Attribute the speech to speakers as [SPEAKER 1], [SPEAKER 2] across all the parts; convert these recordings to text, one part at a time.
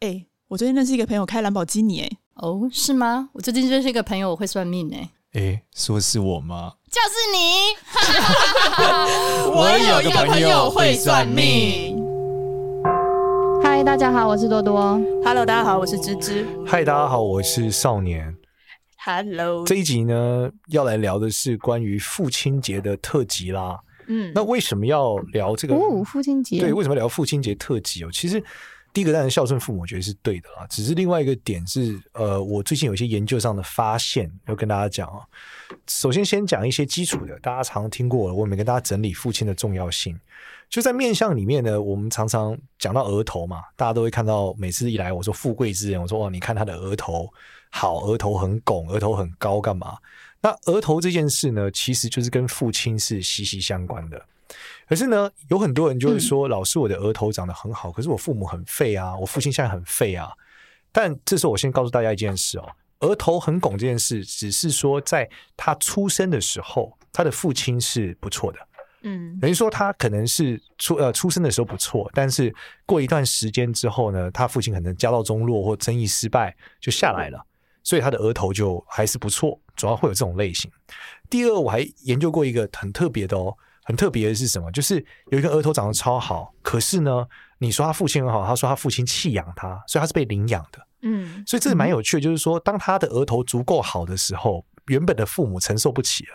[SPEAKER 1] 哎、我最近认识一个朋友开兰博基尼、哎，
[SPEAKER 2] 哦，是吗？我最近认识一个朋友，我会算命哎、
[SPEAKER 3] 诶，说是我吗？
[SPEAKER 2] 就是你。
[SPEAKER 3] 我有一个朋友会算命。
[SPEAKER 4] 嗨，大家好，我是多多。
[SPEAKER 1] Hello，大家好，我是芝芝。
[SPEAKER 3] 嗨，大家好，我是少年。
[SPEAKER 1] Hello，
[SPEAKER 3] 这一集呢，要来聊的是关于父亲节的特辑啦。
[SPEAKER 1] 嗯
[SPEAKER 3] 那为什么要聊这个？
[SPEAKER 4] 哦，父亲节，
[SPEAKER 3] 对，为什么聊父亲节特辑哦？其实第一个当然孝顺父母，我觉得是对的啦。只是另外一个点是，呃，我最近有一些研究上的发现，要跟大家讲哦。首先，先讲一些基础的，大家常听过的，我们跟大家整理父亲的重要性。就在面相里面呢，我们常常讲到额头嘛，大家都会看到，每次一来我说富贵之人，我说哦，你看他的额头好，额头很拱，额头很高，干嘛？那额头这件事呢，其实就是跟父亲是息息相关的。可是呢，有很多人就会说，老师，我的额头长得很好，可是我父母很废啊，我父亲现在很废啊。但这时候我先告诉大家一件事哦，额头很拱这件事，只是说在他出生的时候，他的父亲是不错的。
[SPEAKER 1] 嗯，
[SPEAKER 3] 等于说他可能是出呃出生的时候不错，但是过一段时间之后呢，他父亲可能家道中落或争议失败就下来了，所以他的额头就还是不错，主要会有这种类型。第二，我还研究过一个很特别的哦，很特别的是什么？就是有一个额头长得超好，可是呢，你说他父亲很好，他说他父亲弃养他，所以他是被领养的。
[SPEAKER 1] 嗯，
[SPEAKER 3] 所以这蛮有趣的，就是说，当他的额头足够好的时候，原本的父母承受不起了，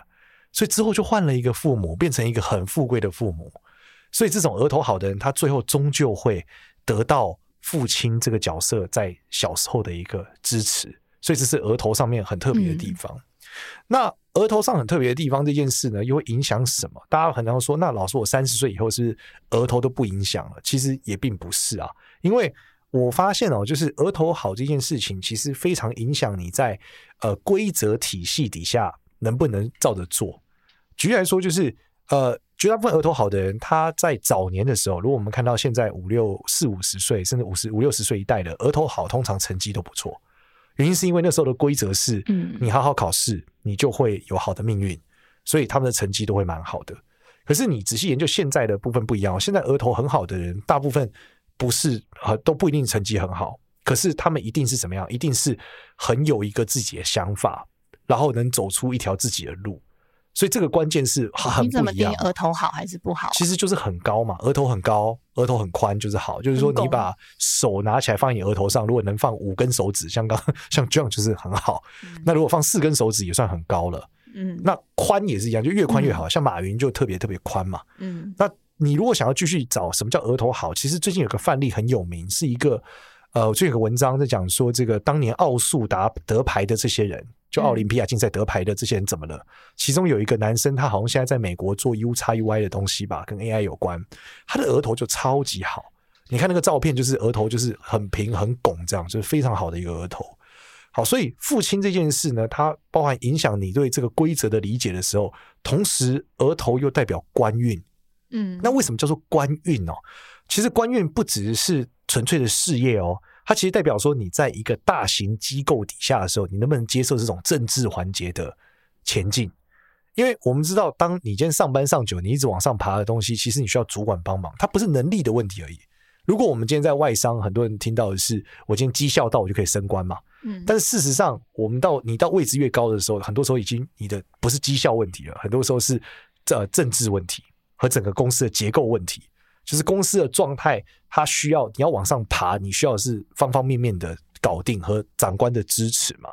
[SPEAKER 3] 所以之后就换了一个父母，变成一个很富贵的父母。所以这种额头好的人，他最后终究会得到父亲这个角色在小时候的一个支持。所以这是额头上面很特别的地方。那额头上很特别的地方这件事呢，又会影响什么？大家很常说，那老师我三十岁以后是不是额头都不影响了，其实也并不是啊，因为我发现哦，就是额头好这件事情，其实非常影响你在呃规则体系底下能不能照着做。举例来说，就是呃，绝大部分额头好的人，他在早年的时候，如果我们看到现在五六四五十岁，甚至五十五六十岁一代的额头好，通常成绩都不错。原因是因为那时候的规则是，
[SPEAKER 4] 嗯
[SPEAKER 3] 你好好考试，你就会有好的命运，所以他们的成绩都会蛮好的。可是你仔细研究现在的部分不一样哦，现在额头很好的人，大部分不是呃都不一定成绩很好，可是他们一定是怎么样？一定是很有一个自己的想法，然后能走出一条自己的路。所以这个关键是很
[SPEAKER 2] 你怎
[SPEAKER 3] 不
[SPEAKER 2] 么
[SPEAKER 3] 一
[SPEAKER 2] 定
[SPEAKER 3] 样。
[SPEAKER 2] 义额头好还是不好？
[SPEAKER 3] 其实就是很高嘛，额头很高，额头很宽就是好，就是说你把手拿起来放你额头上，如果能放五根手指，像刚 像 John 就是很好。那如果放四根手指也算很高了。
[SPEAKER 1] 嗯
[SPEAKER 3] 那宽也是一样，就越宽越好，像马云就特别特别宽嘛。
[SPEAKER 1] 嗯
[SPEAKER 3] 那你如果想要继续找什么叫额头好，其实最近有个范例很有名，是一个呃，我最近有个文章在讲说，这个当年奥数达得牌的这些人，就
[SPEAKER 1] 嗯
[SPEAKER 3] 奥林匹亚竞赛得牌的这些人怎么了？其中有一个男生，他好像现在在美国做 U 叉 UI 的东西吧，跟 AI 有关，他的额头就超级好。你看那个照片，就是额头就是很平很拱，这样就是非常好的一个额头。好，所以父亲这件事呢，它包含影响你对这个规则的理解的时候，同时额头又代表官运，
[SPEAKER 1] 嗯
[SPEAKER 3] 那为什么叫做官运哦？其实官运不只是纯粹的事业哦，它其实代表说你在一个大型机构底下的时候，你能不能接受这种政治环节的前进？因为我们知道，当你今天上班上久，你一直往上爬的东西，其实你需要主管帮忙，它不是能力的问题而已。如果我们今天在外商，很多人听到的是，我今天绩效到，我就可以升官嘛。
[SPEAKER 1] 嗯
[SPEAKER 3] 但是事实上，我们到你到位置越高的时候，很多时候已经你的不是绩效问题了，很多时候是呃政治问题和整个公司的结构问题，就是公司的状态，它需要你要往上爬，你需要的是方方面面的搞定和长官的支持嘛。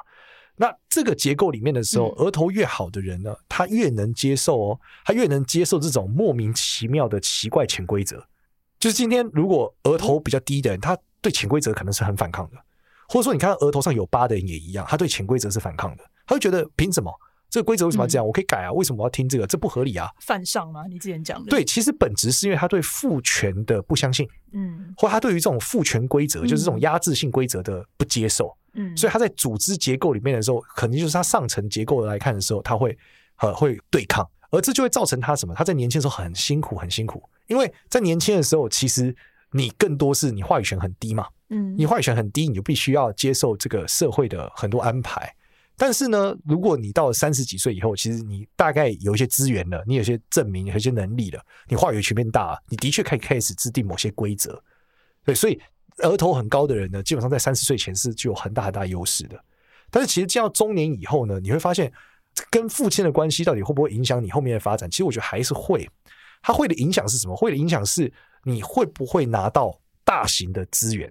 [SPEAKER 3] 那这个结构里面的时候，额头越好的人呢，他越能接受哦，他越能接受这种莫名其妙的奇怪潜规则。就是今天如果额头比较低的人，他对潜规则可能是很反抗的，或者说你看到额头上有疤的人也一样，他对潜规则是反抗的，他会觉得凭什么？这个规则为什么要这样？我可以改啊，为什么我要听这个？这不合理啊！
[SPEAKER 1] 犯上吗？你之前讲的，
[SPEAKER 3] 对，其实本质是因为他对父权的不相信，
[SPEAKER 1] 嗯
[SPEAKER 3] 或他对于这种父权规则，就是这种压制性规则的不接受，
[SPEAKER 1] 嗯，
[SPEAKER 3] 所以他在组织结构里面的时候，肯定就是他上层结构来看的时候，他会呃会对抗，而这就会造成他什么？他在年轻的时候很辛苦，很辛苦，因为在年轻的时候，其实你更多是你话语权很低嘛，
[SPEAKER 1] 嗯
[SPEAKER 3] 你话语权很低，你就必须要接受这个社会的很多安排。但是呢，如果你到了三十几岁以后，其实你大概有一些资源了，你有些证明，有些能力了，你话语权变大了，你的确可以开始制定某些规则。对，所以额头很高的人呢，基本上在三十岁前是具有很大很大优势的。但是其实进到中年以后呢，你会发现跟父亲的关系到底会不会影响你后面的发展？其实我觉得还是会。它会的影响是什么？会的影响是你会不会拿到大型的资源？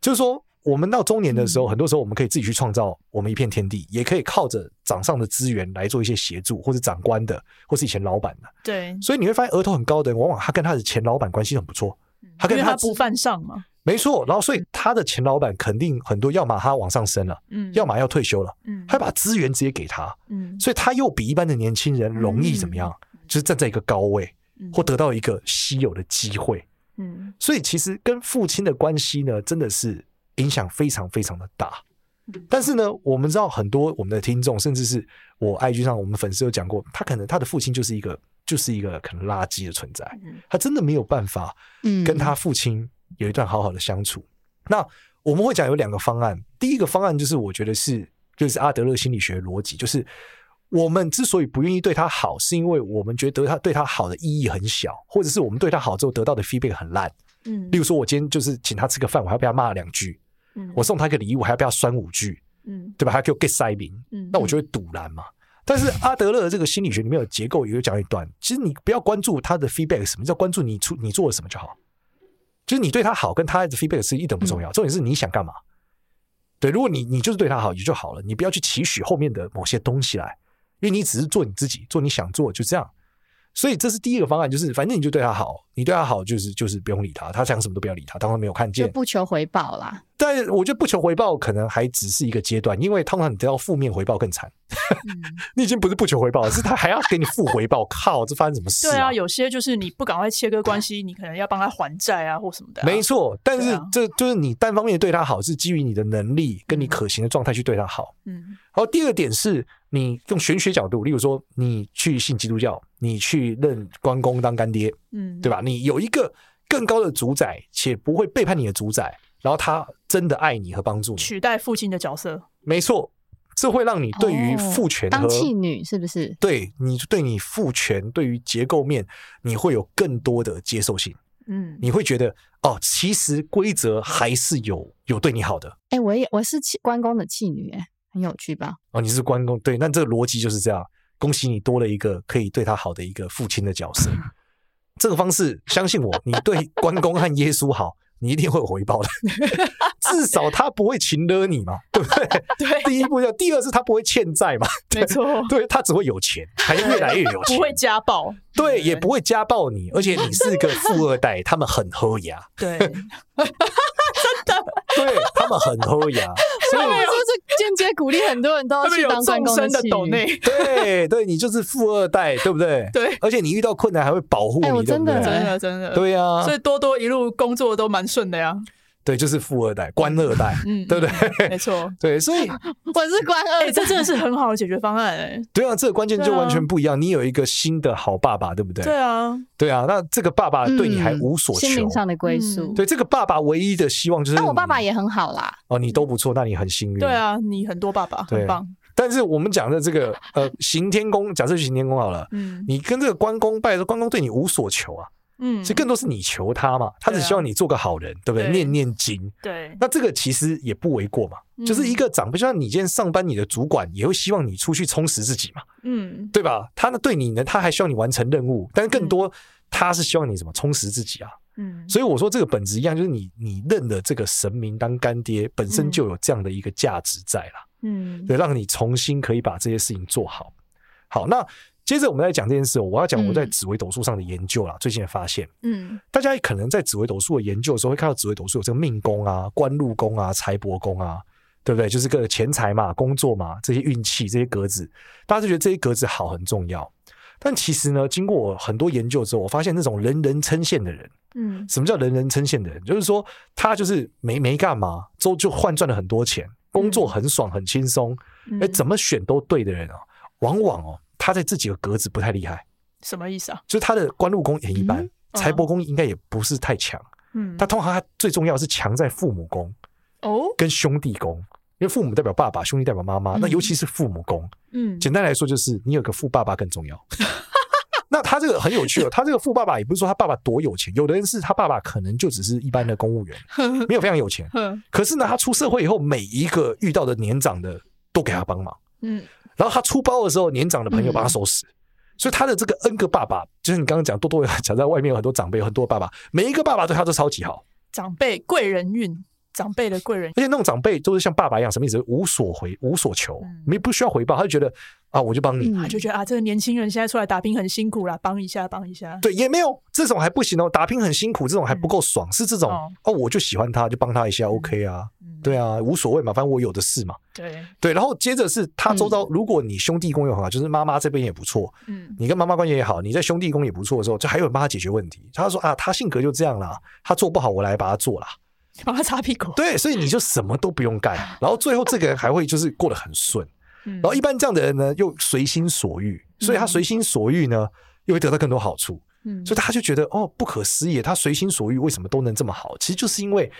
[SPEAKER 3] 就是说，我们到中年的时
[SPEAKER 1] 嗯
[SPEAKER 3] 候，很多时候我们可以自己去创造我们一片天地，也可以靠着掌上的资源来做一些协助，或是长官的，或是以前老板的。
[SPEAKER 1] 对，
[SPEAKER 3] 所以你会发现，额头很高的人，往往他跟他的前老板关系很不错，
[SPEAKER 1] 嗯因
[SPEAKER 3] 他跟
[SPEAKER 1] 为
[SPEAKER 3] 他
[SPEAKER 1] 他不犯嗯上嘛，
[SPEAKER 3] 没错，然后所以他的前老板肯定很多，要么他往上升了，
[SPEAKER 1] 嗯，
[SPEAKER 3] 要么要退休了，
[SPEAKER 1] 嗯，
[SPEAKER 3] 他把资源直接给他，
[SPEAKER 1] 嗯
[SPEAKER 3] 所以他又比一般的年轻人容易怎么样，就是站在一个高位
[SPEAKER 1] 嗯
[SPEAKER 3] 或得到一个稀有的机会。
[SPEAKER 1] 嗯
[SPEAKER 3] 所以其实跟父亲的关系呢，真的是影响非常非常的大。
[SPEAKER 1] 嗯
[SPEAKER 3] 但是呢，我们知道很多我们的听众，甚至是我 IG 上我们粉丝有讲过，他可能他的父亲就是一个就是一个可能垃圾的存在，
[SPEAKER 1] 嗯
[SPEAKER 3] 他真的没有办法
[SPEAKER 2] 嗯
[SPEAKER 3] 跟他父亲有一段好好的相处。那我们会讲有两个方案，第一个方案就是我觉得是就是阿德勒心理学的逻辑，就是我们之所以不愿意对他好，是因为我们觉得他对他好的意义很小，或者是我们对他好之后得到的 feedback 很烂。
[SPEAKER 1] 嗯
[SPEAKER 3] 例如说，我今天就是请他吃个饭，我还要被他骂两句；
[SPEAKER 1] 嗯
[SPEAKER 3] 我送他一个礼物，还要被他酸五句，
[SPEAKER 1] 嗯
[SPEAKER 3] 对吧？还要给我 get 塞零，
[SPEAKER 1] 嗯，
[SPEAKER 3] 那我就会堵拦嘛。但是阿德勒的这个心理学里面有结构，也有讲一段。其实你不要关注他的 feedback 是什么，只要关注你出你做了什么就好。就是你对他好，跟他的 feedback 是一等不重要，
[SPEAKER 1] 嗯
[SPEAKER 3] 重点是你想干嘛。对，如果你你就是对他好也就好了，你不要去期许后面的某些东西来，因为你只是做你自己，做你想做，就这样。所以这是第一个方案，就是反正你就对他好，你对他好就是就是不用理他，他想什么都不要理他，当他没有看
[SPEAKER 2] 就
[SPEAKER 3] 见。
[SPEAKER 2] 不求回报啦。
[SPEAKER 3] 但我觉得不求回报可能还只是一个阶段，因为通常你得到负面回报更惨。
[SPEAKER 1] 嗯
[SPEAKER 3] 你已经不是不求回报了，是他还要给你负回报。 靠，这发生什么事
[SPEAKER 1] 对啊，有些就是你不赶快切割关系，你可能要帮他还债啊或什么的啊，
[SPEAKER 3] 没错，但
[SPEAKER 1] 对
[SPEAKER 3] 是
[SPEAKER 1] 啊
[SPEAKER 3] 这就是你单方面对他好，是基于你的能力跟你可行的状态去对他好。
[SPEAKER 1] 嗯
[SPEAKER 3] 然后第二点是你用玄学角度，例如说你去信基督教，你去认关公当干爹，
[SPEAKER 1] 嗯，
[SPEAKER 3] 对吧？你有一个更高的主宰，且不会背叛你的主宰，然后他真的爱你和帮助你。
[SPEAKER 1] 取代父亲的角色，
[SPEAKER 3] 没错，这会让你对于
[SPEAKER 2] 哦
[SPEAKER 3] 父权
[SPEAKER 2] 当
[SPEAKER 3] 和、
[SPEAKER 2] 弃女是不是？
[SPEAKER 3] 对你对你父权对于结构面，你会有更多的接受性，
[SPEAKER 1] 嗯
[SPEAKER 3] 你会觉得哦，其实规则还是有有对你好的
[SPEAKER 2] 哎、我也我是弃关公的弃女、哎，很有趣吧？
[SPEAKER 3] 哦，你是关公对，那这个逻辑就是这样。恭喜你多了一个可以对他好的一个父亲的角 色，这个方式相信我，你对关公和耶稣好，你一定会有回 报的，至少他不会情勒你嘛，对不对？
[SPEAKER 1] 对，
[SPEAKER 3] 第一步要，第二是他不会欠债嘛，
[SPEAKER 1] 没错，
[SPEAKER 3] 对他只会有钱，还越来越有钱，
[SPEAKER 1] 不会家暴，
[SPEAKER 3] 对，也不会家暴你，而且你是个富二代，他们很喝牙，
[SPEAKER 1] 对，
[SPEAKER 3] 对他们很喝牙，所
[SPEAKER 2] 他
[SPEAKER 1] 哎
[SPEAKER 2] 们
[SPEAKER 3] 以
[SPEAKER 2] 就是间接鼓励很多人都
[SPEAKER 1] 他
[SPEAKER 2] 要
[SPEAKER 1] 们
[SPEAKER 2] 去
[SPEAKER 1] 有
[SPEAKER 2] 当关
[SPEAKER 1] 众
[SPEAKER 2] 公
[SPEAKER 1] 生的
[SPEAKER 2] 弃
[SPEAKER 1] 抖
[SPEAKER 2] 女。
[SPEAKER 1] 内，
[SPEAKER 3] 对对，你就是富二代，对不对？
[SPEAKER 1] 对，
[SPEAKER 3] 而且你遇到困难还会保护你，
[SPEAKER 2] 哎我
[SPEAKER 3] 对
[SPEAKER 2] 真
[SPEAKER 3] 不
[SPEAKER 2] 的
[SPEAKER 3] 对？
[SPEAKER 1] 真的真的，
[SPEAKER 3] 对啊呀、
[SPEAKER 1] 所以多多一路工作都蛮顺的呀，
[SPEAKER 3] 对，就是富二代、官二代，
[SPEAKER 1] 嗯，
[SPEAKER 3] 对不
[SPEAKER 1] 嗯？
[SPEAKER 3] 对？
[SPEAKER 1] 没错，
[SPEAKER 3] 对，所 以
[SPEAKER 2] 我是关
[SPEAKER 1] 哎、
[SPEAKER 2] 二
[SPEAKER 1] 这真的是很好的解决方案、哎，
[SPEAKER 3] 对啊，这个关键就
[SPEAKER 1] 对啊
[SPEAKER 3] 完全不一样。你有一个新的好爸爸，对不对？
[SPEAKER 1] 对啊，
[SPEAKER 3] 对啊，那这个爸爸对你还无所
[SPEAKER 2] 嗯心
[SPEAKER 3] 求
[SPEAKER 2] 灵，上的归宿。
[SPEAKER 1] 嗯
[SPEAKER 3] 对这个爸爸唯一的希望就是
[SPEAKER 2] 但我爸爸
[SPEAKER 3] 你
[SPEAKER 2] 也很好啦，
[SPEAKER 3] 哦，你都不错，那你很幸运。
[SPEAKER 1] 对啊，你很多爸爸，
[SPEAKER 3] 对
[SPEAKER 1] 很棒，
[SPEAKER 3] 但是我们讲的这个呃，行天宫，假设去行天宫好了，
[SPEAKER 1] 嗯
[SPEAKER 3] 你跟这个关公拜的时候，关公对你无所求啊，
[SPEAKER 1] 嗯，
[SPEAKER 3] 所以更多是你求他嘛，他只
[SPEAKER 1] 对啊
[SPEAKER 3] 希望你做个好人，对不对？
[SPEAKER 1] 对
[SPEAKER 3] 念念经，
[SPEAKER 1] 对，
[SPEAKER 3] 那这个其实也不为过嘛。
[SPEAKER 1] 嗯
[SPEAKER 3] 就是一个长辈，就像你今天上班，你的主管也会希望你出去充实自己嘛，
[SPEAKER 1] 嗯，
[SPEAKER 3] 对吧？他呢对你呢，他还希望你完成任务，但是更多他是希望你怎么充实自己啊。
[SPEAKER 1] 嗯，
[SPEAKER 3] 所以我说这个本质一样，就是你你认了这个神明当干爹，本身就有这样的一个价值在啦。
[SPEAKER 1] 嗯，
[SPEAKER 3] 对，让你重新可以把这些事情做好。好，那接着我们来讲这件事哦，我要讲我在
[SPEAKER 2] 嗯
[SPEAKER 3] 紫微斗数上的研究啦。最近的发现，
[SPEAKER 1] 嗯，
[SPEAKER 3] 大家可能在紫微斗数的研究的时候，会看到紫微斗数有这个命宫啊、官禄宫啊、财帛宫啊，对不对？就是个钱财嘛、工作嘛、这些运气、这些格子，大家就觉得这些格子好很重要。但其实呢，经过我很多研究之后，我发现那种人人称羡的人，
[SPEAKER 1] 嗯，
[SPEAKER 3] 什么叫人人称羡的人？就是说他就是没没干嘛，之后就换赚了很多钱，工作很爽很轻松，
[SPEAKER 1] 嗯
[SPEAKER 3] 哎，怎么选都对的人啊，往往哦，他在自己的格子不太厉害，
[SPEAKER 1] 什么意思啊？
[SPEAKER 3] 就是他的官禄宫也一般
[SPEAKER 2] 嗯，
[SPEAKER 3] 财帛宫应该也不是太强。
[SPEAKER 1] 嗯，
[SPEAKER 3] 他通常他最重要是强在父母宫
[SPEAKER 1] 哦，
[SPEAKER 3] 跟兄弟宫，因为父母代表爸爸，兄弟代表妈妈，那尤其是父母宫，
[SPEAKER 1] 嗯，
[SPEAKER 3] 简单来说就是你有个富爸爸更重要。 那他这个很有趣哦，他这个富爸爸也不是说他爸爸多有钱，有的人是他爸爸可能就只是一般的公 务员，没有非常有钱。
[SPEAKER 1] 哼
[SPEAKER 3] 可是呢，他出社会以后，每一个遇到的年长的都给他帮忙。
[SPEAKER 1] 嗯，
[SPEAKER 3] 然后他出包的时候，年长的朋友帮他收拾。所以他的这个 N 个爸爸，就是你刚刚讲多多讲，在外面有很多长辈，有很多爸爸，每一个爸爸对他都超级好，
[SPEAKER 1] 长辈贵人运，长辈的贵人运，
[SPEAKER 3] 而且那种长辈都是像爸爸一样，什么意思？无所回无所求
[SPEAKER 1] 嗯，
[SPEAKER 3] 没不需要回报，他就觉得啊，我就帮你。
[SPEAKER 1] 啊，就觉得啊，这个年轻人现在出来打拼很辛苦啦，帮一下，帮一下。
[SPEAKER 3] 对，也没有这种还不行哦，打拼很辛苦，这种还不够爽，是这种
[SPEAKER 1] 哦
[SPEAKER 3] 哦，我就喜欢他，就帮他一下，OK 啊，
[SPEAKER 1] 嗯
[SPEAKER 3] 对啊，无所谓嘛，反正我有的是嘛。
[SPEAKER 1] 对，
[SPEAKER 3] 对，然后接着是他周遭，如果你兄弟宫友很好，就是妈妈这边也不错，
[SPEAKER 1] 嗯，
[SPEAKER 3] 你跟妈妈关系也好，你在兄弟宫也不错的时候，就还有人帮他解决问题。他说啊，他性格就这样啦，他做不好我来把他做啦。
[SPEAKER 1] 帮他擦屁股。
[SPEAKER 3] 对，所以你就什么都不用干，然后最后这个人还会就是过得很顺。
[SPEAKER 1] 嗯
[SPEAKER 3] 然后一般这样的人呢，又随心所欲，所以他随心所欲呢，又会得到更多好处。
[SPEAKER 1] 嗯
[SPEAKER 3] 所以他就觉得哦，不可思议，他随心所欲，为什么都能这么好？其实就是因为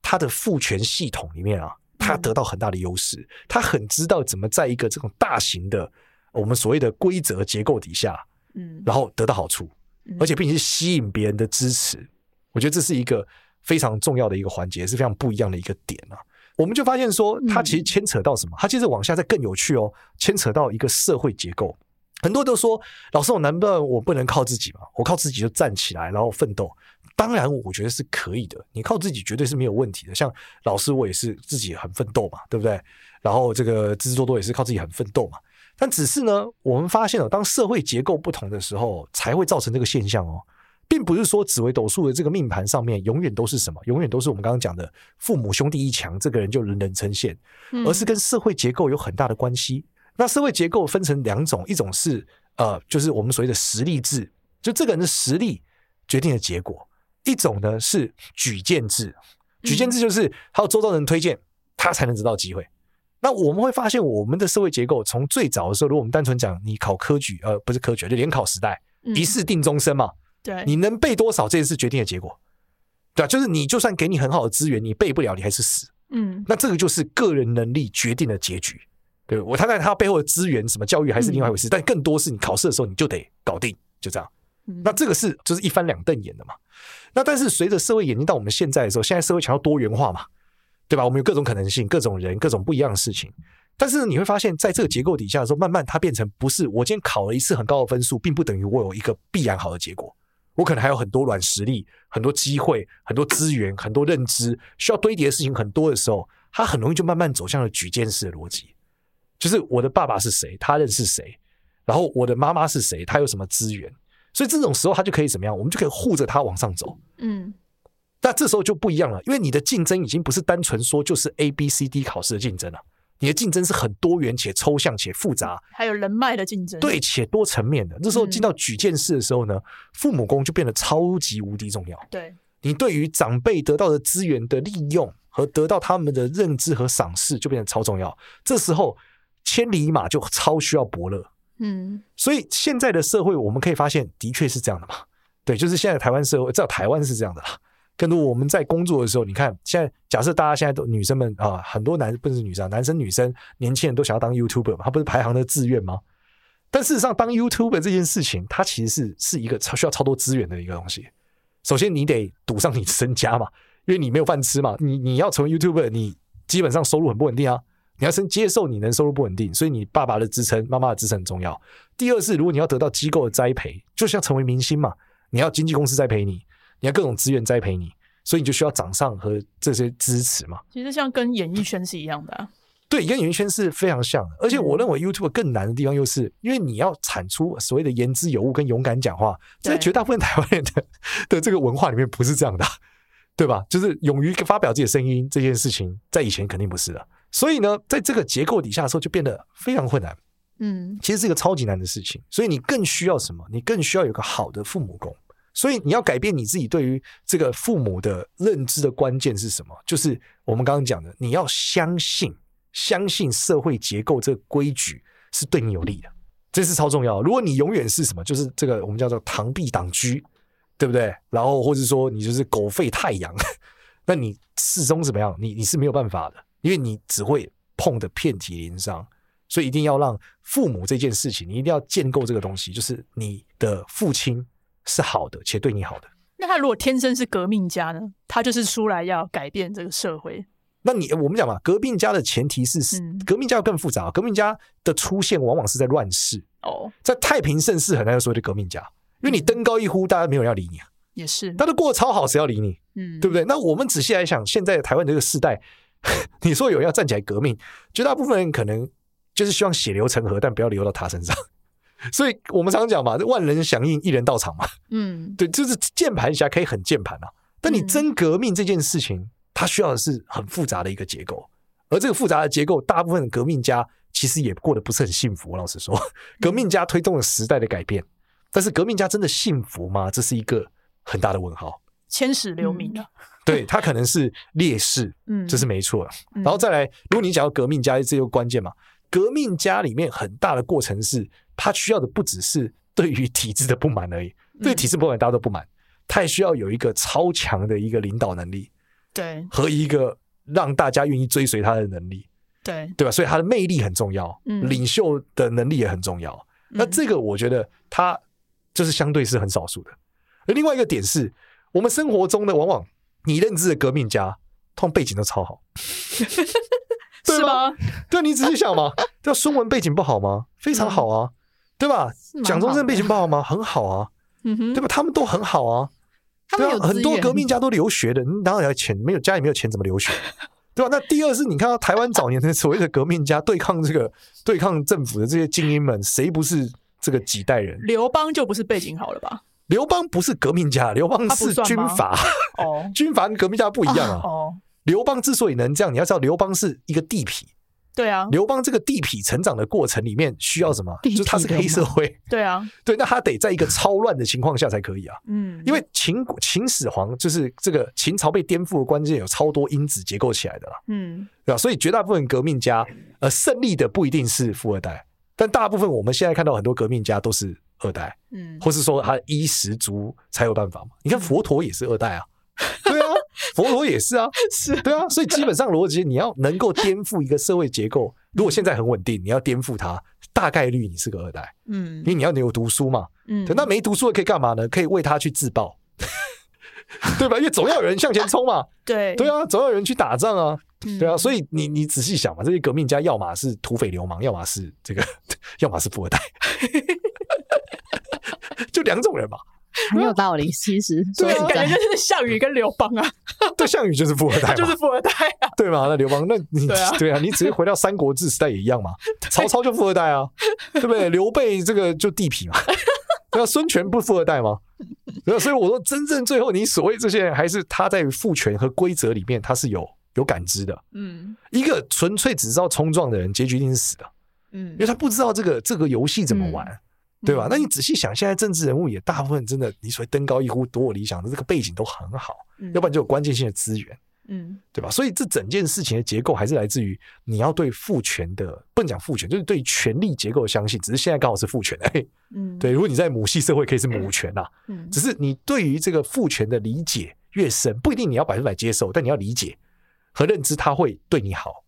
[SPEAKER 3] 他的父权系统里面啊，
[SPEAKER 1] 嗯
[SPEAKER 3] 他得到很大的优势，他很知道怎么在一个这种大型的我们所谓的规则结构底下，
[SPEAKER 1] 嗯
[SPEAKER 3] 然后得到好处，而且并且是吸引别人的支持。我觉得这是一个非常重要的一个环节，也是非常不一样的一个点啊。我们就发现说，它其实牵扯到什么？它接着往下再更有趣哦，牵扯到一个社会结构。很多都说，老师，我难不能我不能靠自己嘛？我靠自己就站起来，然后奋斗。当然，我觉得是可以的，你靠自己绝对是没有问题的。像老师，我也是自己很奋斗嘛，对不对？然后这个自制多多也是靠自己很奋斗嘛。但只是呢，我们发现了，当社会结构不同的时候，才会造成这个现象哦，并不是说紫微斗数的这个命盘上面永远都是什么，永远都是我们刚刚讲的父母兄弟一强，这个人就人人称羡，
[SPEAKER 1] 嗯
[SPEAKER 3] 而是跟社会结构有很大的关系。那社会结构分成两种，一种是呃，就是我们所谓的实力制，就这个人的实力决定了结果；一种呢是举荐制，举荐制就是还有周遭人推荐，他才能得到机会。那我们会发现，我们的社会结构从最早的时候，如果我们单纯讲你考科举，呃，不是科举，就联考时代，一试定终身嘛，
[SPEAKER 1] 嗯对，
[SPEAKER 3] 你能背多少这件事决定了结果，对啊，就是你就算给你很好的资源，你背不了，你还是死。
[SPEAKER 1] 嗯
[SPEAKER 3] 那这个就是个人能力决定了结局。对我，他在他背后的资源，什么教育还是另外一回事，但更多是你考试的时候你就得搞定，就这样。
[SPEAKER 1] 嗯
[SPEAKER 3] 那这个是就是一翻两瞪眼的嘛。那但是随着社会演进到我们现在的时候，现在社会强调多元化嘛，对吧？我们有各种可能性、各种人、各种不一样的事情。但是你会发现在这个结构底下的时候，慢慢它变成不是我今天考了一次很高的分数，并不等于我有一个必然好的结果。我可能还有很多软实力、很多机会、很多资源、很多认知需要堆叠的事情很多的时候，它很容易就慢慢走向了举荐式的逻辑，就是我的爸爸是谁，他认识谁，然后我的妈妈是谁，他有什么资源，所以这种时候他就可以怎么样？我们就可以护着他往上走。
[SPEAKER 1] 嗯
[SPEAKER 3] 那这时候就不一样了，因为你的竞争已经不是单纯说就是 A、B、C、D 考试的竞争了，你的竞争是很多元且抽象且复杂，
[SPEAKER 1] 还有人脉的竞争。
[SPEAKER 3] 对且多层面的。这时候进到举荐式的时候呢，父母宫就变得超级无敌重要。
[SPEAKER 1] 对，
[SPEAKER 3] 你对于长辈得到的资源的利用和得到他们的认知和赏识就变得超重要。这时候千里马就超需要伯乐，
[SPEAKER 1] 嗯
[SPEAKER 3] 所以现在的社会，我们可以发现，的确是这样的嘛。对，就是现在台湾社会，至少台湾是这样的啦。更多我们在工作的时候，你看，现在假设大家现在都女生们啊，很多男不是女生啊，男生女生年轻人都想要当 YouTuber 嘛，他不是排行的志愿吗？但事实上，当 YouTuber 这件事情，它其实是是一个超需要超多资源的一个东西。首先，你得赌上你的身家嘛，因为你没有饭吃嘛。你你要成为 YouTuber，你基本上收入很不稳定啊。你要先接受你能收入不稳定，所以你爸爸的支撑、妈妈的支撑很重要。第二是，如果你要得到机构的栽培，就是要成为明星嘛，你要经纪公司栽培你，你要各种资源栽培你，所以你就需要掌上和这些支持嘛。
[SPEAKER 1] 其实像跟演艺圈是一样的啊、
[SPEAKER 3] 对，跟演艺圈是非常像的。而且我认为 YouTube 更难的地方，又是因为你要产出所谓的言之有物跟勇敢讲话，在
[SPEAKER 1] 对
[SPEAKER 3] 绝大部分台湾人的的这个文化里面不是这样的啊，对吧？就是勇于发表自己的声音这件事情，在以前肯定不是的。所以呢，在这个结构底下的时候，就变得非常困难。
[SPEAKER 1] 嗯
[SPEAKER 3] 其实是一个超级难的事情，所以你更需要什么？你更需要有个好的父母宫。所以你要改变你自己对于这个父母的认知的关键是什么？就是我们刚刚讲的，你要相信，相信社会结构这个规矩是对你有利的，这是超重要的。如果你永远是什么，就是这个我们叫做螳臂挡车，对不对？然后或者说你就是狗吠太阳， 那你始终怎么样？你你是没有办法的，因为你只会碰得遍体鳞伤。所以一定要让父母这件事情，你一定要建构这个东西，就是你的父亲是好的，且对你好的。
[SPEAKER 1] 那他如果天生是革命家呢？他就是出来要改变这个社会。
[SPEAKER 3] 那你我们讲嘛，革命家的前提是
[SPEAKER 1] 嗯
[SPEAKER 3] 革命家要更复杂，革命家的出现往往是在乱世，
[SPEAKER 1] 哦，
[SPEAKER 3] 在太平盛世很难有所谓的革命家，因为你登高一呼，大家没有人要理你啊，
[SPEAKER 1] 也是，
[SPEAKER 3] 大家都过得超好，谁要理你？
[SPEAKER 1] 嗯，
[SPEAKER 3] 对不对？那我们仔细来想，现在台湾这个时代， 你说有人要站起来革命，绝大部分人可能就是希望血流成河，但不要流到他身上。所以我们常讲嘛，万人响应，一人到场嘛。
[SPEAKER 1] 嗯，
[SPEAKER 3] 对，就是键盘侠可以很键盘啊，但你
[SPEAKER 1] 嗯
[SPEAKER 3] 真革命这件事情，它需要的是很复杂的一个结构，而这个复杂的结构，大部分的革命家其实也过得不是很幸福。我老实说，
[SPEAKER 1] 嗯
[SPEAKER 3] 革命家推动了时代的改变，但是革命家真的幸福吗？这是一个很大的问 号。
[SPEAKER 1] 千史留名啊，
[SPEAKER 3] 对他可能是烈士，
[SPEAKER 1] 嗯，
[SPEAKER 3] 这是没错的。
[SPEAKER 1] 嗯，
[SPEAKER 3] 然后再来，如果你讲到革命家，这就关键嘛。革命家里面很大的过程是，他需要的不只是对于体制的不满而已，对体制不满大家都不满，他也需要有一个超强的一个领导能力
[SPEAKER 1] 对
[SPEAKER 3] 和一个让大家愿意追随他的能力，
[SPEAKER 1] 对，
[SPEAKER 3] 对吧？所以他的魅力很重要，
[SPEAKER 1] 嗯
[SPEAKER 3] 领袖的能力也很重要。那
[SPEAKER 1] 嗯
[SPEAKER 3] 这个我觉得他就是相对是很少数的。而另外一个点是，我们生活中呢，往往你认知的革命家，通常背景都 超好，对
[SPEAKER 1] 是
[SPEAKER 3] 吧
[SPEAKER 1] 吗？
[SPEAKER 3] 对你仔细想嘛，对啊孙文背景不好吗？非
[SPEAKER 1] 嗯
[SPEAKER 3] 常好啊，对吧？
[SPEAKER 2] 蛮
[SPEAKER 3] 蒋中
[SPEAKER 2] 好
[SPEAKER 3] 正
[SPEAKER 2] 的
[SPEAKER 3] 背景不好 吗？很好啊，
[SPEAKER 1] 嗯哼
[SPEAKER 3] 对，吧？他们都很好啊，
[SPEAKER 2] 他
[SPEAKER 3] 对
[SPEAKER 2] 们
[SPEAKER 3] 啊
[SPEAKER 2] 有，资
[SPEAKER 3] 很多
[SPEAKER 2] 源
[SPEAKER 3] 革命家都留学的，嗯你哪有钱？没有家里没有钱怎么留 学？对吧？啊那第二是你看到台湾早年的所谓的革命家对抗这个 对抗政府的这些精英们，谁不是这个几代人？
[SPEAKER 1] 刘邦就不是背景好了吧？
[SPEAKER 3] 刘邦不是革命家，刘邦
[SPEAKER 1] 他不
[SPEAKER 3] 是
[SPEAKER 1] 算
[SPEAKER 3] 军
[SPEAKER 1] 吗
[SPEAKER 3] 阀，
[SPEAKER 1] 哦
[SPEAKER 3] 军阀跟革命家不一样啊。
[SPEAKER 1] 哦，
[SPEAKER 3] 刘邦之所以能这样，你要知道，刘邦是一个地痞，
[SPEAKER 1] 对啊，
[SPEAKER 3] 刘邦这个地痞成长的过程里面需要什么？
[SPEAKER 2] 哦地
[SPEAKER 3] 就
[SPEAKER 2] 痞
[SPEAKER 3] 是他是个黑社会，
[SPEAKER 1] 对啊，
[SPEAKER 3] 对，那他得在一个超乱的情况下才可以啊。
[SPEAKER 1] 嗯，
[SPEAKER 3] 因为秦国秦始皇就是这个秦朝被颠覆的关键，有超多因子结构起来的啦，
[SPEAKER 1] 嗯
[SPEAKER 3] 对吧？所以绝大部分革命家，呃，胜利的不一定是富二代，但大部分我们现在看到很多革命家都是二代，
[SPEAKER 1] 嗯，
[SPEAKER 3] 或是说他衣食足才有办法嘛。你看佛陀也是二代啊，对啊，佛陀也是啊，
[SPEAKER 1] 是
[SPEAKER 3] 对啊，所以基本上逻辑，你要能够颠覆一个社会结构，如果现在很稳定，你要颠覆它，大概率你是个二代，
[SPEAKER 1] 嗯
[SPEAKER 3] 因为你要有读书嘛。
[SPEAKER 1] 嗯
[SPEAKER 3] 对，那没读书的可以干嘛呢？可以为他去自爆， 对吧？因为总要有人向前冲嘛，
[SPEAKER 1] 对
[SPEAKER 3] 对
[SPEAKER 1] 啊，
[SPEAKER 3] 啊，总要有人去打仗啊，对啊。
[SPEAKER 1] 嗯
[SPEAKER 3] 所以你你仔细想嘛，这些革命家要么是土匪流氓，要么是这个，要么是富二代， 就两种人嘛。
[SPEAKER 2] 很有道理，其实说
[SPEAKER 3] 啊对
[SPEAKER 2] 实
[SPEAKER 3] 啊
[SPEAKER 1] 感
[SPEAKER 2] 在
[SPEAKER 1] 觉就是项羽跟刘邦啊，
[SPEAKER 3] 对，项羽就是富二代嘛，
[SPEAKER 1] 就是富二代啊，
[SPEAKER 3] 对 嘛？那刘邦，那你
[SPEAKER 1] 对啊
[SPEAKER 3] 你只是回到三国志时代也一样 嘛。曹操就富二代啊，对不对？刘备这个就地痞 嘛，对啊，孙权不富二代吗？对啊，所以我说，真正最后你所谓这些人，还是他在于父权和规则里面，他是有有感知的。
[SPEAKER 1] 嗯
[SPEAKER 3] 一个纯粹只知道冲撞的人，结局一定是死的，
[SPEAKER 1] 嗯
[SPEAKER 3] 因为他不知道这个这个游戏怎么玩。对吧？
[SPEAKER 1] 嗯
[SPEAKER 3] 那你仔细想，现在政治人物也大部分真的，你所谓登高一呼夺我理想的这个背景都很好，要不然就有关键性的资源。
[SPEAKER 1] 嗯
[SPEAKER 3] 对吧？所以这整件事情的结构还是来自于你要对父权的，不能讲父权，就是对权力结构的相信。只是现在刚好是父权，哎，
[SPEAKER 1] 嗯，
[SPEAKER 3] 对。如果你在母系社会，可以是母权呐、
[SPEAKER 1] 嗯，
[SPEAKER 3] 只是你对于这个父权的理解越深，不一定你要百分百接受，但你要理解和认知它会对你好。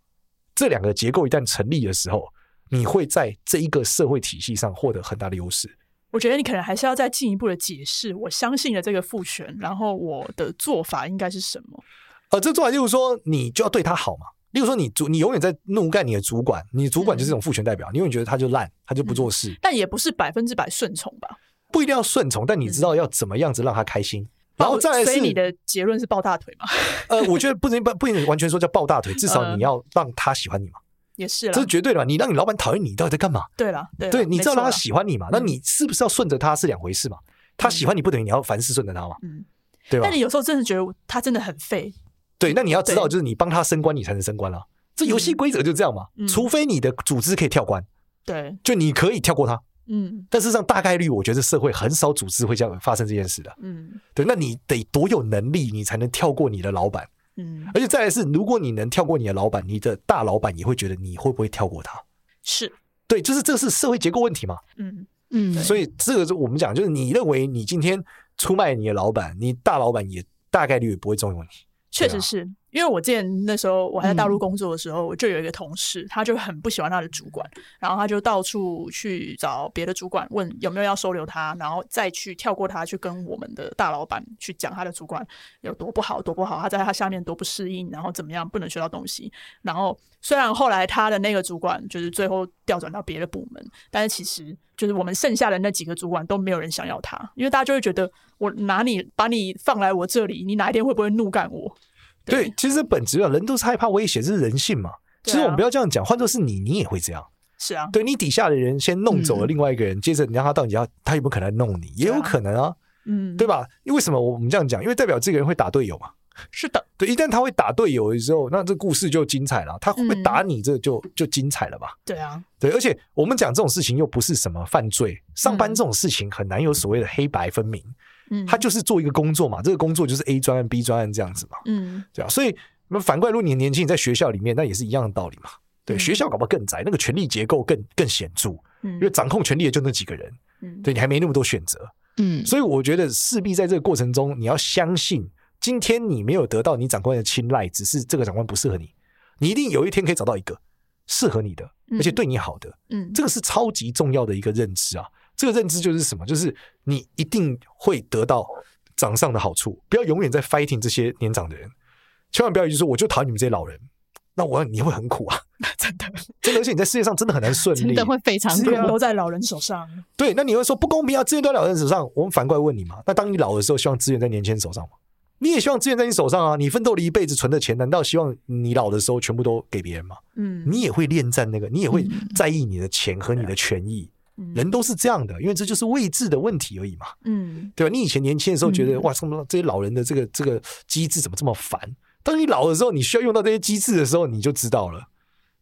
[SPEAKER 3] 这两个结构一旦成立的时候，你会在这一个社会体系上获得很大的优势。
[SPEAKER 1] 我觉得你可能还是要再进一步的解释，我相信了这个父权，然后我的做法应该是什么？
[SPEAKER 3] 呃，这做法就是说，你就要对他好嘛。例如说你，主你永远在怒干你的主管，你的主管就是这种父权代表，你永远觉得他就烂，他就不做事，
[SPEAKER 1] 但也不是百分之百顺从吧？
[SPEAKER 3] 不一定要顺从，但你知道要怎么样子让他开心。然后再来
[SPEAKER 1] 所以
[SPEAKER 3] 是
[SPEAKER 1] 嗯你的结论是抱大腿嘛？
[SPEAKER 3] 呃，我觉得不能不不能完全说叫抱大腿，至少
[SPEAKER 1] 嗯
[SPEAKER 3] 你要让他喜欢你嘛，
[SPEAKER 1] 也是
[SPEAKER 3] 这
[SPEAKER 1] 啦
[SPEAKER 3] 是，绝对的嘛。你让你老板讨厌你，你到底在干嘛？
[SPEAKER 1] 对啦，对啦，啊
[SPEAKER 3] 对，你
[SPEAKER 1] 没
[SPEAKER 3] 知
[SPEAKER 1] 错
[SPEAKER 3] 道
[SPEAKER 1] 嗯
[SPEAKER 3] 让他
[SPEAKER 1] 啦
[SPEAKER 3] 喜欢你嘛？那你是不是要顺着他是两回事嘛？他喜欢你不等于你要凡事顺着他嘛，
[SPEAKER 1] 嗯，
[SPEAKER 3] 对吧
[SPEAKER 1] 但你？有时候真的觉得他真的很废，
[SPEAKER 3] 对，那你要知道，
[SPEAKER 1] 对
[SPEAKER 3] 就是你帮他升官，你才能升官啦、这游戏规则就这样嘛，
[SPEAKER 1] 嗯
[SPEAKER 3] 除非你的组织可以跳关，
[SPEAKER 1] 对，
[SPEAKER 3] 就你可以跳过他。
[SPEAKER 1] 嗯
[SPEAKER 3] 但事实上，大概率我觉得社会很少组织会这样发生这件事的。
[SPEAKER 1] 嗯
[SPEAKER 3] 对，那你得多有能力，你才能跳过你的老板。
[SPEAKER 1] 嗯，
[SPEAKER 3] 而且再来是，如果你能跳过你的老板，你的大老板也会觉得你会不会跳过他？
[SPEAKER 1] 是，
[SPEAKER 3] 对，就是这是社会结构问题嘛。
[SPEAKER 1] 嗯
[SPEAKER 2] 嗯，
[SPEAKER 3] 所以这个是我们讲，就是你认为你今天出卖你的老板，你大老板也大概率也不会重用你。
[SPEAKER 1] 确
[SPEAKER 3] 对啊嗯
[SPEAKER 1] 实是、因为我之前那时候我还在大陆工作的时候，我就有一个同事，他就很不喜欢他的主管，然后他就到处去找别的主管问有没有要收留他，然后再去跳过他去跟我们的大老板去讲他的主管有多不好，多不好，他在他下面多不适应，然后怎么样不能学到东西。然后虽然后来他的那个主管就是最后调转到别的部门，但是其实就是我们剩下的那几个主管都没有人想要他，因为大家就会觉得我拿你把你放来我这里，你哪一天会不会怒干我？
[SPEAKER 3] 对，其实本质啊，人都是害怕威胁，这是人性嘛。其
[SPEAKER 1] 对啊
[SPEAKER 3] 实我们不要这样讲，换作是你，你也会这样。
[SPEAKER 1] 是啊，
[SPEAKER 3] 对你底下的人先弄走了
[SPEAKER 2] 嗯
[SPEAKER 3] 另外一个人，接着你让他到你家，他有没有可能来弄你？也
[SPEAKER 1] 对啊
[SPEAKER 3] 有可能啊，
[SPEAKER 1] 嗯，
[SPEAKER 3] 对吧？因为什么我们这样讲？因为代表这个人会打队友嘛。
[SPEAKER 1] 是的，
[SPEAKER 3] 对，一旦他会打队友的时候，那这故事就精彩了。他会不会打你，这
[SPEAKER 1] 嗯
[SPEAKER 3] 就就精彩了吧？
[SPEAKER 1] 对啊，
[SPEAKER 3] 对，而且我们讲这种事情又不是什么犯罪，上班这种事情很难有所谓的黑白分明，
[SPEAKER 1] 嗯，
[SPEAKER 3] 他就是做一个工作嘛，这个工作就是 A 专案、B 专案这样子嘛，
[SPEAKER 1] 嗯，
[SPEAKER 3] 对啊，所以那反过来，如果你年轻，你在学校里面，那也是一样的道理嘛。对，
[SPEAKER 1] 嗯
[SPEAKER 3] 学校搞不好更窄，那个权力结构更更显著，
[SPEAKER 1] 嗯
[SPEAKER 3] 因为掌控权力的就那几个人，
[SPEAKER 1] 嗯
[SPEAKER 3] 对你还没那么多选择，
[SPEAKER 2] 嗯
[SPEAKER 3] 所以我觉得势必在这个过程中，你要相信，今天你没有得到你长官的青睐，只是这个长官不适合你，你一定有一天可以找到一个适合你的，
[SPEAKER 1] 嗯
[SPEAKER 3] 而且对你好的。
[SPEAKER 1] 嗯，
[SPEAKER 3] 这个是超级重要的一个认知啊！这个认知就是什么？就是你一定会得到掌上的好处，不要永远在 fighting 这些年长的人，千万不要一直说我就讨厌你们这些老人，那我你会很苦啊！
[SPEAKER 1] 真的
[SPEAKER 3] 真的，而且你在世界上真的很啊难 顺
[SPEAKER 2] 真
[SPEAKER 3] 利
[SPEAKER 2] 的。会非常
[SPEAKER 1] 资
[SPEAKER 2] 苦。
[SPEAKER 1] 源都在老人手上，
[SPEAKER 3] 对，那你会说不公平啊，资源都在老人手上。我们反过来问你嘛，那当你老的时候，希望资源在年轻人手上吗？你也希望资源在你手上啊！你奋斗了一辈子存的钱，难道希望你老的时候全部都给别人吗？
[SPEAKER 1] 嗯，
[SPEAKER 3] 你也会恋战那个，你也会在意你的钱和你的权益。
[SPEAKER 1] 嗯
[SPEAKER 3] 人都是这样的，因为这就是位置的问题而已嘛，
[SPEAKER 1] 嗯
[SPEAKER 3] 对吧？你以前年轻的时候觉得、
[SPEAKER 2] 嗯
[SPEAKER 3] 哇，什么这些老人的这个这个机制怎么这么烦？当你老的时候，你需要用到这些机制的时候，你就知道了，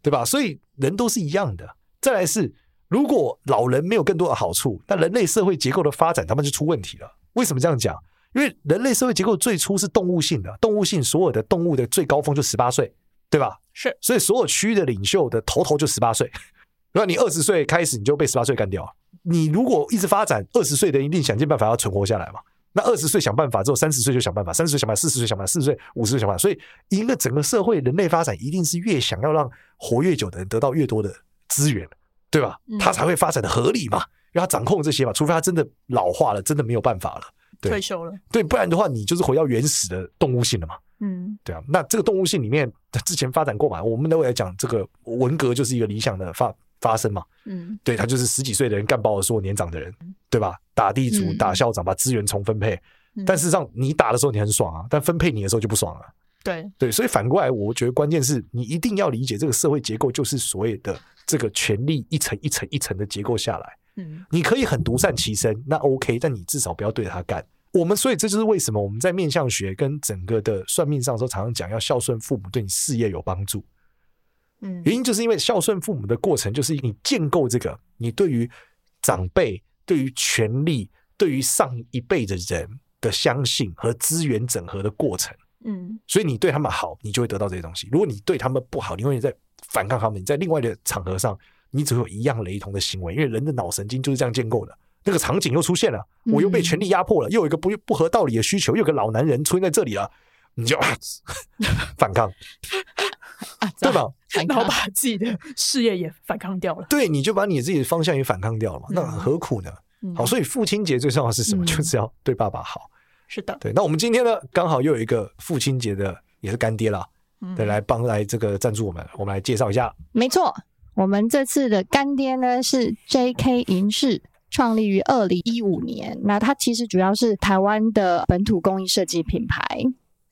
[SPEAKER 3] 对吧？所以人都是一样的。再来是，如果老人没有更多的好处，那人类社会结构的发展他们就出问题了。为什么这样讲？因为人类社会结构最初是动物性的，动物性所有的动物的最高峰就十八岁，对吧？
[SPEAKER 1] 是，
[SPEAKER 3] 所以所有区域的领袖的头头就十八岁， 然后你二十岁开始你就被十八岁干掉了。你如果一直发展，二十岁的一定想尽办法要存活下来嘛。那二十岁想办法之后，三十岁就想办法，三十岁想办法，四十岁想办法，四十岁、五十岁想办法。所以，一个整个社会人类发展一定是越想要让活越久的人得到越多的资源，对吧
[SPEAKER 1] 嗯？
[SPEAKER 3] 他才会发展的合理嘛，因为他掌控这些嘛，除非他真的老化了，真的没有办法了，对
[SPEAKER 1] 退休了，
[SPEAKER 3] 对，不然的话你就是回到原始的动物性了嘛。
[SPEAKER 1] 嗯
[SPEAKER 3] 对啊，那这个动物性里面之前发展过嘛？我们待会来讲这个文革就是一个理想的发发生嘛。
[SPEAKER 1] 嗯
[SPEAKER 3] 对他就是十几岁的人干爆了所有年长的人，对吧？打地主、
[SPEAKER 2] 嗯
[SPEAKER 3] 打校长，把资源重分配。
[SPEAKER 1] 嗯
[SPEAKER 3] 但事实上，你打的时候你很爽啊，但分配你的时候就不爽了。
[SPEAKER 1] 对，
[SPEAKER 3] 对，所以反过来，我觉得关键是你一定要理解这个社会结构，就是所谓的这个权力一层一层一层的结构下来。
[SPEAKER 1] 嗯
[SPEAKER 3] 你可以很独善其身，那 OK，但你至少不要对着他干。我们所以这就是为什么我们在面相学跟整个的算命上的时候，常常讲要孝顺父母，对你事业有帮助。
[SPEAKER 1] 嗯
[SPEAKER 3] 原因就是因为孝顺父母的过程，就是你建构这个你对于长辈、对于权力、对于上一辈的人的相信和资源整合的过程。
[SPEAKER 1] 嗯
[SPEAKER 3] 所以你对他们好，你就会得到这些东西；如果你对他们不好，你永远在反抗他们。你在另外的场合上，你只会有一样雷同的行为，因为人的脑神经就是这样建构的。那个场景又出现了，
[SPEAKER 2] 嗯
[SPEAKER 3] 我又被权力压迫了，又有一个不不合道理的需求，又有个老男人出现在这里了，你就、啊、 反抗，对吧？
[SPEAKER 2] 啊反
[SPEAKER 1] 然后
[SPEAKER 2] 抗
[SPEAKER 1] 把自己的事业也反抗掉了，
[SPEAKER 3] 对，你就把你自己的方向也反抗掉了嘛，
[SPEAKER 1] 嗯
[SPEAKER 3] 那何苦呢？
[SPEAKER 1] 嗯
[SPEAKER 3] 好，所以父亲节最重要的是什么？
[SPEAKER 2] 嗯
[SPEAKER 3] 就是要对爸爸好。
[SPEAKER 1] 是的，
[SPEAKER 3] 对，那我们今天呢，刚好又有一个父亲节的，也是干爹啦，
[SPEAKER 1] 嗯
[SPEAKER 3] 对，来帮来这个赞助我们，我们来介绍一下。
[SPEAKER 2] 没错，我们这次的干爹呢是 J.K. 银饰，创立于二零一五年。那它其实主要是台湾的本土工艺设计品牌，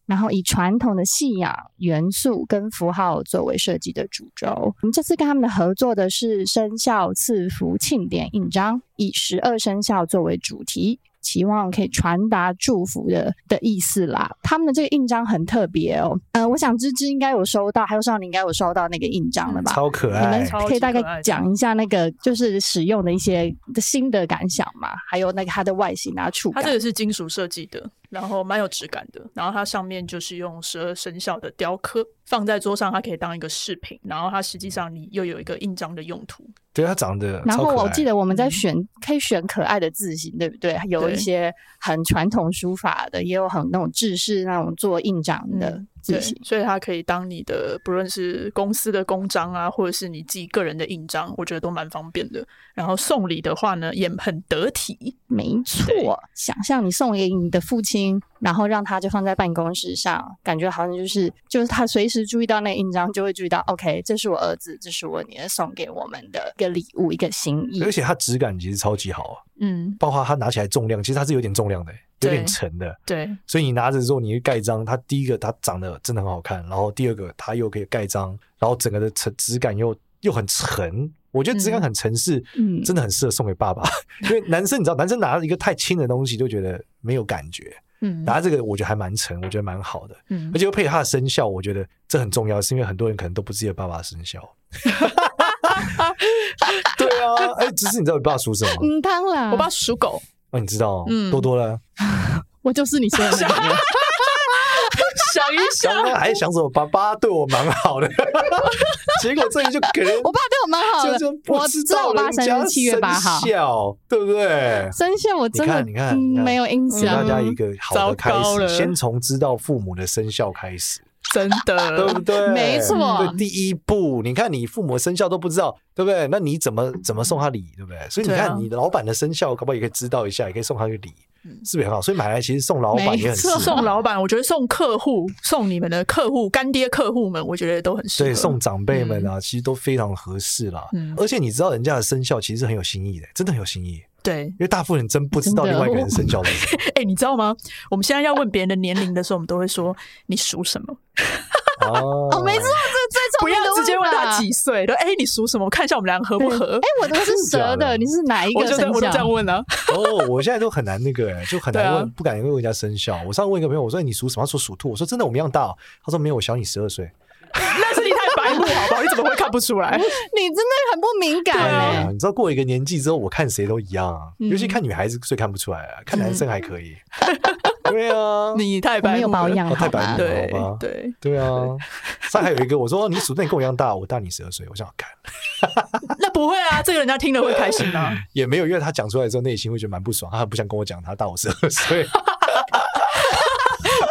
[SPEAKER 2] 然后以传统的信仰元素跟符号作为设计的主轴。我们这次跟他们的合作的是生肖赐福庆典印章，以十二生肖作为主题。期望可以传达祝福的的意思啦。他们的这个印章很特别哦，呃，我想芝芝应该有收到，还有少年应该有收到那个印章了吧？
[SPEAKER 3] 嗯超可
[SPEAKER 2] 你
[SPEAKER 3] 爱
[SPEAKER 2] 们，
[SPEAKER 1] 超
[SPEAKER 2] 哎可以
[SPEAKER 1] 级
[SPEAKER 2] 大
[SPEAKER 1] 可爱
[SPEAKER 2] 概
[SPEAKER 1] 的
[SPEAKER 2] 讲一下那个就是使用的一些新的感想嘛，还有那个它的外形啊、触
[SPEAKER 1] 它
[SPEAKER 2] 感
[SPEAKER 1] 这。个是金属设计的，然后蛮有质感的，然后它上面就是用十二生肖的雕刻，放在桌上，它可以当一个饰品，然后它实际上你又有一个印章的用途。
[SPEAKER 3] 对它长得
[SPEAKER 2] 然
[SPEAKER 3] 超
[SPEAKER 2] 后
[SPEAKER 3] 可
[SPEAKER 2] 我
[SPEAKER 3] 爱
[SPEAKER 2] 记得我们在
[SPEAKER 1] 嗯
[SPEAKER 2] 选，可以选可爱的字型，对不对？有
[SPEAKER 1] 对
[SPEAKER 2] 一些很传统书法的，也有很那种制式那种做印章的
[SPEAKER 1] 嗯
[SPEAKER 2] 字
[SPEAKER 1] 对
[SPEAKER 2] 型。，
[SPEAKER 1] 所以它可以当你的不论是公司的公章啊，或者是你自己个人的印章，我觉得都蛮方便的。然后送礼的话呢，也很得体。
[SPEAKER 2] 没错，想象你送给你的父亲，然后让他就放在办公室上，感觉好像就是就是他随时注意到那印章，就会注意到，OK，这是我儿子，这是我女儿送给我们的一个礼物，一个心意。
[SPEAKER 3] 而且它质感其实超级好啊，
[SPEAKER 1] 嗯，
[SPEAKER 3] 包括它拿起来重量，其实它是有点重量的、有点
[SPEAKER 1] 对
[SPEAKER 3] 沉的。
[SPEAKER 1] 对，
[SPEAKER 3] 所以你拿着之后，你去盖章，它第一个它长得真的很好看，然后第二个它又可以盖章，然后整个的沉质感又又很沉。我觉得质感很沉是，
[SPEAKER 2] 嗯
[SPEAKER 3] 真的很适合送给爸爸， 因为男生你知道，男生拿一个太轻的东西就觉得没有感觉，
[SPEAKER 1] 嗯
[SPEAKER 3] 拿这个我觉得还蛮沉，我觉得蛮好的，
[SPEAKER 1] 嗯
[SPEAKER 3] 而，且又配合它的生肖，我觉得这很重要，是因为很多人可能都不记得爸爸的生肖。 对啊，哎，只是你知道你爸属什么吗？
[SPEAKER 2] 嗯，当然，
[SPEAKER 1] 我爸属 狗，
[SPEAKER 3] 哦，你知道哦，
[SPEAKER 1] 嗯
[SPEAKER 3] 多多了。
[SPEAKER 2] 我就是你说的那 个人。
[SPEAKER 1] 想一想，
[SPEAKER 3] 刚刚哦还想说爸爸对我蛮好的， 结果这里就可能
[SPEAKER 2] 我爸对我蛮好的，
[SPEAKER 3] 就是不
[SPEAKER 2] 我知道我爸
[SPEAKER 3] 人家
[SPEAKER 2] 生日七月八号嗯
[SPEAKER 3] 生肖对不对？
[SPEAKER 2] 生肖我真的
[SPEAKER 3] 你看你看你看
[SPEAKER 2] 嗯没有印
[SPEAKER 3] 给
[SPEAKER 1] 对
[SPEAKER 3] 大
[SPEAKER 2] 象，
[SPEAKER 3] 家一个好的开
[SPEAKER 1] 糟糕
[SPEAKER 3] 始，
[SPEAKER 1] 了
[SPEAKER 3] 先从知道父母的生肖开始，
[SPEAKER 1] 真
[SPEAKER 3] 对不
[SPEAKER 1] 的，
[SPEAKER 3] 对？
[SPEAKER 2] 没错
[SPEAKER 3] 对，第一步，你看你父母的生肖都不知道，对不对？那你怎么怎么送他礼，对不对？所以你
[SPEAKER 1] 对啊
[SPEAKER 3] 看，你老板的生肖，搞不好也可以知道一下，也可以送他个礼
[SPEAKER 1] 嗯，
[SPEAKER 3] 是不是很好？所以买来其实送老板也很适
[SPEAKER 2] 啊没错
[SPEAKER 3] 合
[SPEAKER 1] 送。老板，我觉得送客户，送你们的客户、干爹客户们，我觉得都很适合。
[SPEAKER 3] 对，送长辈们
[SPEAKER 2] 嗯
[SPEAKER 3] 啊，其实都非常合适啦。
[SPEAKER 1] 嗯
[SPEAKER 3] 而且你知道人家的生肖其实很有新意的，真的很有新意，因
[SPEAKER 1] 对，
[SPEAKER 3] 为大部分人真不知道
[SPEAKER 2] 真
[SPEAKER 3] 另
[SPEAKER 2] 的
[SPEAKER 3] 外一个人生肖的。
[SPEAKER 1] 哎、你知道吗？我们现在要问别人的年龄的时候，我们都会说你属什么，
[SPEAKER 3] 哦
[SPEAKER 2] 哦，没错，这
[SPEAKER 1] 不
[SPEAKER 2] 最聪明
[SPEAKER 1] 要
[SPEAKER 2] 的
[SPEAKER 1] 直接问
[SPEAKER 2] 问
[SPEAKER 1] 他
[SPEAKER 2] 法
[SPEAKER 1] 几岁，说哎、你属什么？我看一下我们俩合不合
[SPEAKER 2] 哎。，我的是蛇
[SPEAKER 3] 真的假的
[SPEAKER 2] 的，你是哪一
[SPEAKER 1] 我
[SPEAKER 2] 个
[SPEAKER 1] 就在
[SPEAKER 2] 生
[SPEAKER 1] 我就这样
[SPEAKER 2] 肖？
[SPEAKER 1] 问 啊，
[SPEAKER 3] 哦，我现在都很难那个、欸，就很
[SPEAKER 1] 对
[SPEAKER 3] 难
[SPEAKER 1] 啊
[SPEAKER 3] 问，不敢问人家生肖。我上次问一个朋友，我说哎你属什么？他说属兔。我说真的，我们一样大、哦。他说没有，我小你十二岁。
[SPEAKER 1] 那是你太白目好不好？你怎么会看不出来？
[SPEAKER 2] 你真的很不敏感
[SPEAKER 3] 哎
[SPEAKER 2] 哎
[SPEAKER 3] 呀，。你知道过一个年纪之后，我看谁都一样啊，尤其看女孩子最看不出来啊，看男生还可以。对啊，
[SPEAKER 1] 你太白目了
[SPEAKER 2] 我没有保养
[SPEAKER 3] 哦太
[SPEAKER 2] 好
[SPEAKER 3] 白
[SPEAKER 2] 吧
[SPEAKER 3] 目了，
[SPEAKER 1] 对
[SPEAKER 3] 好吧？
[SPEAKER 1] 对，
[SPEAKER 3] 对啊，上海有一个，我说哦你属那你跟我一样大，我大你十二岁，我想想看
[SPEAKER 1] 那不会啊，这个人家听了会开心 啊。
[SPEAKER 3] 也没有，因为他讲出来之后内心会觉得蛮不爽，他很不想跟我讲他大我十二岁，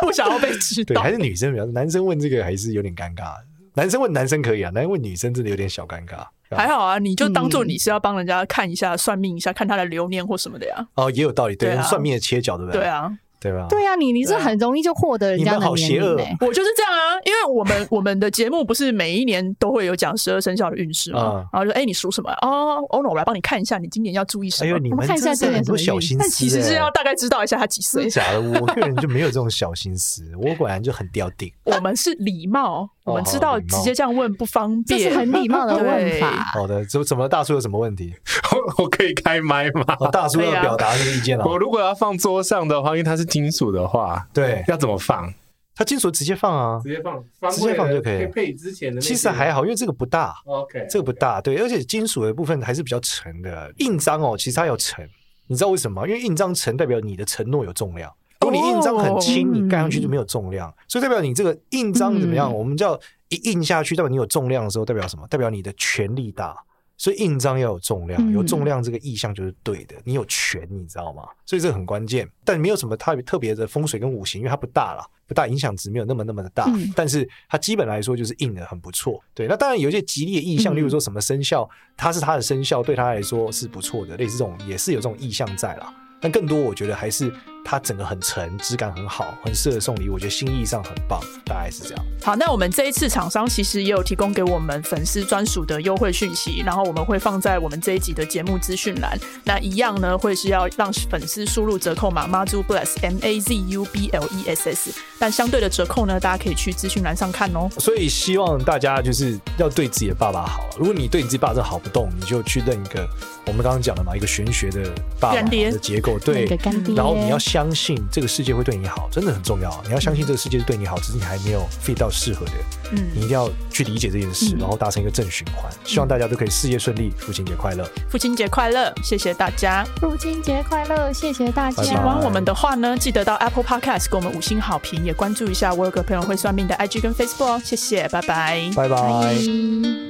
[SPEAKER 1] 不想要被知
[SPEAKER 3] 对，
[SPEAKER 1] 道
[SPEAKER 3] 还。是女生比较，男生问这个还是有点尴尬，男生问男生可以啊，男生问女生真的有点小尴尬，
[SPEAKER 1] 还好啊，你就当做
[SPEAKER 2] 嗯
[SPEAKER 1] 你是要帮人家看一下、算命一下，看他的流年或什么的呀。
[SPEAKER 3] 哦，也有道理，对，
[SPEAKER 1] 对啊
[SPEAKER 3] 算命的切角对不对？
[SPEAKER 1] 对，啊，
[SPEAKER 3] 对吧？
[SPEAKER 2] 对啊，你你是
[SPEAKER 1] 对啊
[SPEAKER 2] 很容易就获得人
[SPEAKER 3] 你
[SPEAKER 2] 家
[SPEAKER 3] 们
[SPEAKER 2] 的
[SPEAKER 3] 好
[SPEAKER 2] 年
[SPEAKER 3] 邪恶哦
[SPEAKER 2] 龄哎。
[SPEAKER 1] 我就是这样啊，因为我们 我们的节目不是每一年都会有讲十二生肖的运势嘛，
[SPEAKER 3] 嗯
[SPEAKER 1] 然后就哎、你属什么？哦，欧诺，我来帮你看一下，你今年要注意什
[SPEAKER 3] 哎
[SPEAKER 1] 么。
[SPEAKER 3] 呦，你
[SPEAKER 2] 我
[SPEAKER 3] 们
[SPEAKER 2] 们看一下
[SPEAKER 3] 真是
[SPEAKER 2] 这个
[SPEAKER 3] 很多
[SPEAKER 2] 什么
[SPEAKER 3] 小
[SPEAKER 2] 运
[SPEAKER 3] 心思、欸，
[SPEAKER 1] 但其实是要大概知道一下他几 岁
[SPEAKER 3] 真。假的，我个人就没有这种小心思，我果然就很掉定。
[SPEAKER 1] 我们是礼貌，我们知
[SPEAKER 3] 好
[SPEAKER 1] 道
[SPEAKER 3] 哦礼貌
[SPEAKER 1] 直接这样问不方
[SPEAKER 2] 这
[SPEAKER 1] 便，
[SPEAKER 2] 是很礼貌的问
[SPEAKER 1] 对。
[SPEAKER 2] 法，
[SPEAKER 3] 好的，怎怎么大叔有什么问题？
[SPEAKER 5] 我可以开麦吗？
[SPEAKER 3] 哦、大叔
[SPEAKER 1] 可以
[SPEAKER 3] 要
[SPEAKER 1] 啊
[SPEAKER 3] 表达这个意见了、
[SPEAKER 5] 我如果要放桌上的话，因为它是金属的话，
[SPEAKER 3] 对
[SPEAKER 5] 要怎么放？
[SPEAKER 3] 他金属直接放啊，
[SPEAKER 5] 直接放，
[SPEAKER 3] 直接放就可以了
[SPEAKER 5] 配之前的
[SPEAKER 3] 其实还
[SPEAKER 5] 好。
[SPEAKER 3] 好，因为这个不大，
[SPEAKER 5] OK，
[SPEAKER 3] 这个不大，对，而且金属的部分还是比较沉的。印章哦，其实它有沉，你知道为什么吗？因为印章沉代表你的承诺有重量。如果你印章很轻，
[SPEAKER 2] 哦
[SPEAKER 3] 你盖上去就没有重量，所以代表你这个印章怎么样？
[SPEAKER 2] 嗯
[SPEAKER 3] 我们叫一印下去，代表你有重量的时候，代表什么？代表你的权力大。所以印章要有重量，
[SPEAKER 2] 嗯
[SPEAKER 3] 有重量这个意象就是对的，你有权，你知道吗？所以这个很关键，但没有什么特别特别的风水跟五行，因为它不大啦，不大影响值没有那么那么的大，
[SPEAKER 2] 嗯
[SPEAKER 3] 但是它基本来说就是印的很不错。对，那当然有一些吉利的意象，
[SPEAKER 2] 嗯
[SPEAKER 3] 例如说什么生肖，它是它的生肖，对它来说是不错的，类似这种也是有这种意象在啦。但更多我觉得还是它整个很沉，质感很好，很适合送礼，我觉得心意上很棒，大概是这样。
[SPEAKER 1] 好，那我们这一次厂商其实也有提供给我们粉丝专属的优惠讯息，然后我们会放在我们这一集的节目资讯栏。那一样呢，会是要让粉丝输入折扣码 mazubless m a z u b l e s s，但相对的折扣呢，大家可以去资讯栏上看哦。
[SPEAKER 3] 所以希望大家就是要对自己的爸爸好。啊如果你对你自己爸真的好不动，你就去认一个我们刚刚讲的嘛，一个玄学的爸爸
[SPEAKER 1] 干爹
[SPEAKER 3] 的结构，
[SPEAKER 2] 那
[SPEAKER 3] 对
[SPEAKER 2] 个。干爹，
[SPEAKER 3] 然后你要相信这个世界会对你好，真的很重要。啊你要相信这个世界是对你好，只是你还没有 fit 到适合的，你一
[SPEAKER 1] 嗯，
[SPEAKER 3] 定要去理解这件事，
[SPEAKER 1] 嗯
[SPEAKER 3] 然后达成一个正循环。希望大家都可以事业顺利，父亲节快乐！
[SPEAKER 1] 父亲节快乐，谢谢大家。
[SPEAKER 2] 父亲节快乐，谢谢大家。
[SPEAKER 3] 拜
[SPEAKER 1] 喜
[SPEAKER 3] 拜
[SPEAKER 1] 欢我们的话呢，记得到 Apple Podcast 给我们五星好评，也关注一下我有个朋友会算命的 IG 跟 Facebook 哦。谢谢，拜拜。
[SPEAKER 3] 拜拜。
[SPEAKER 2] 拜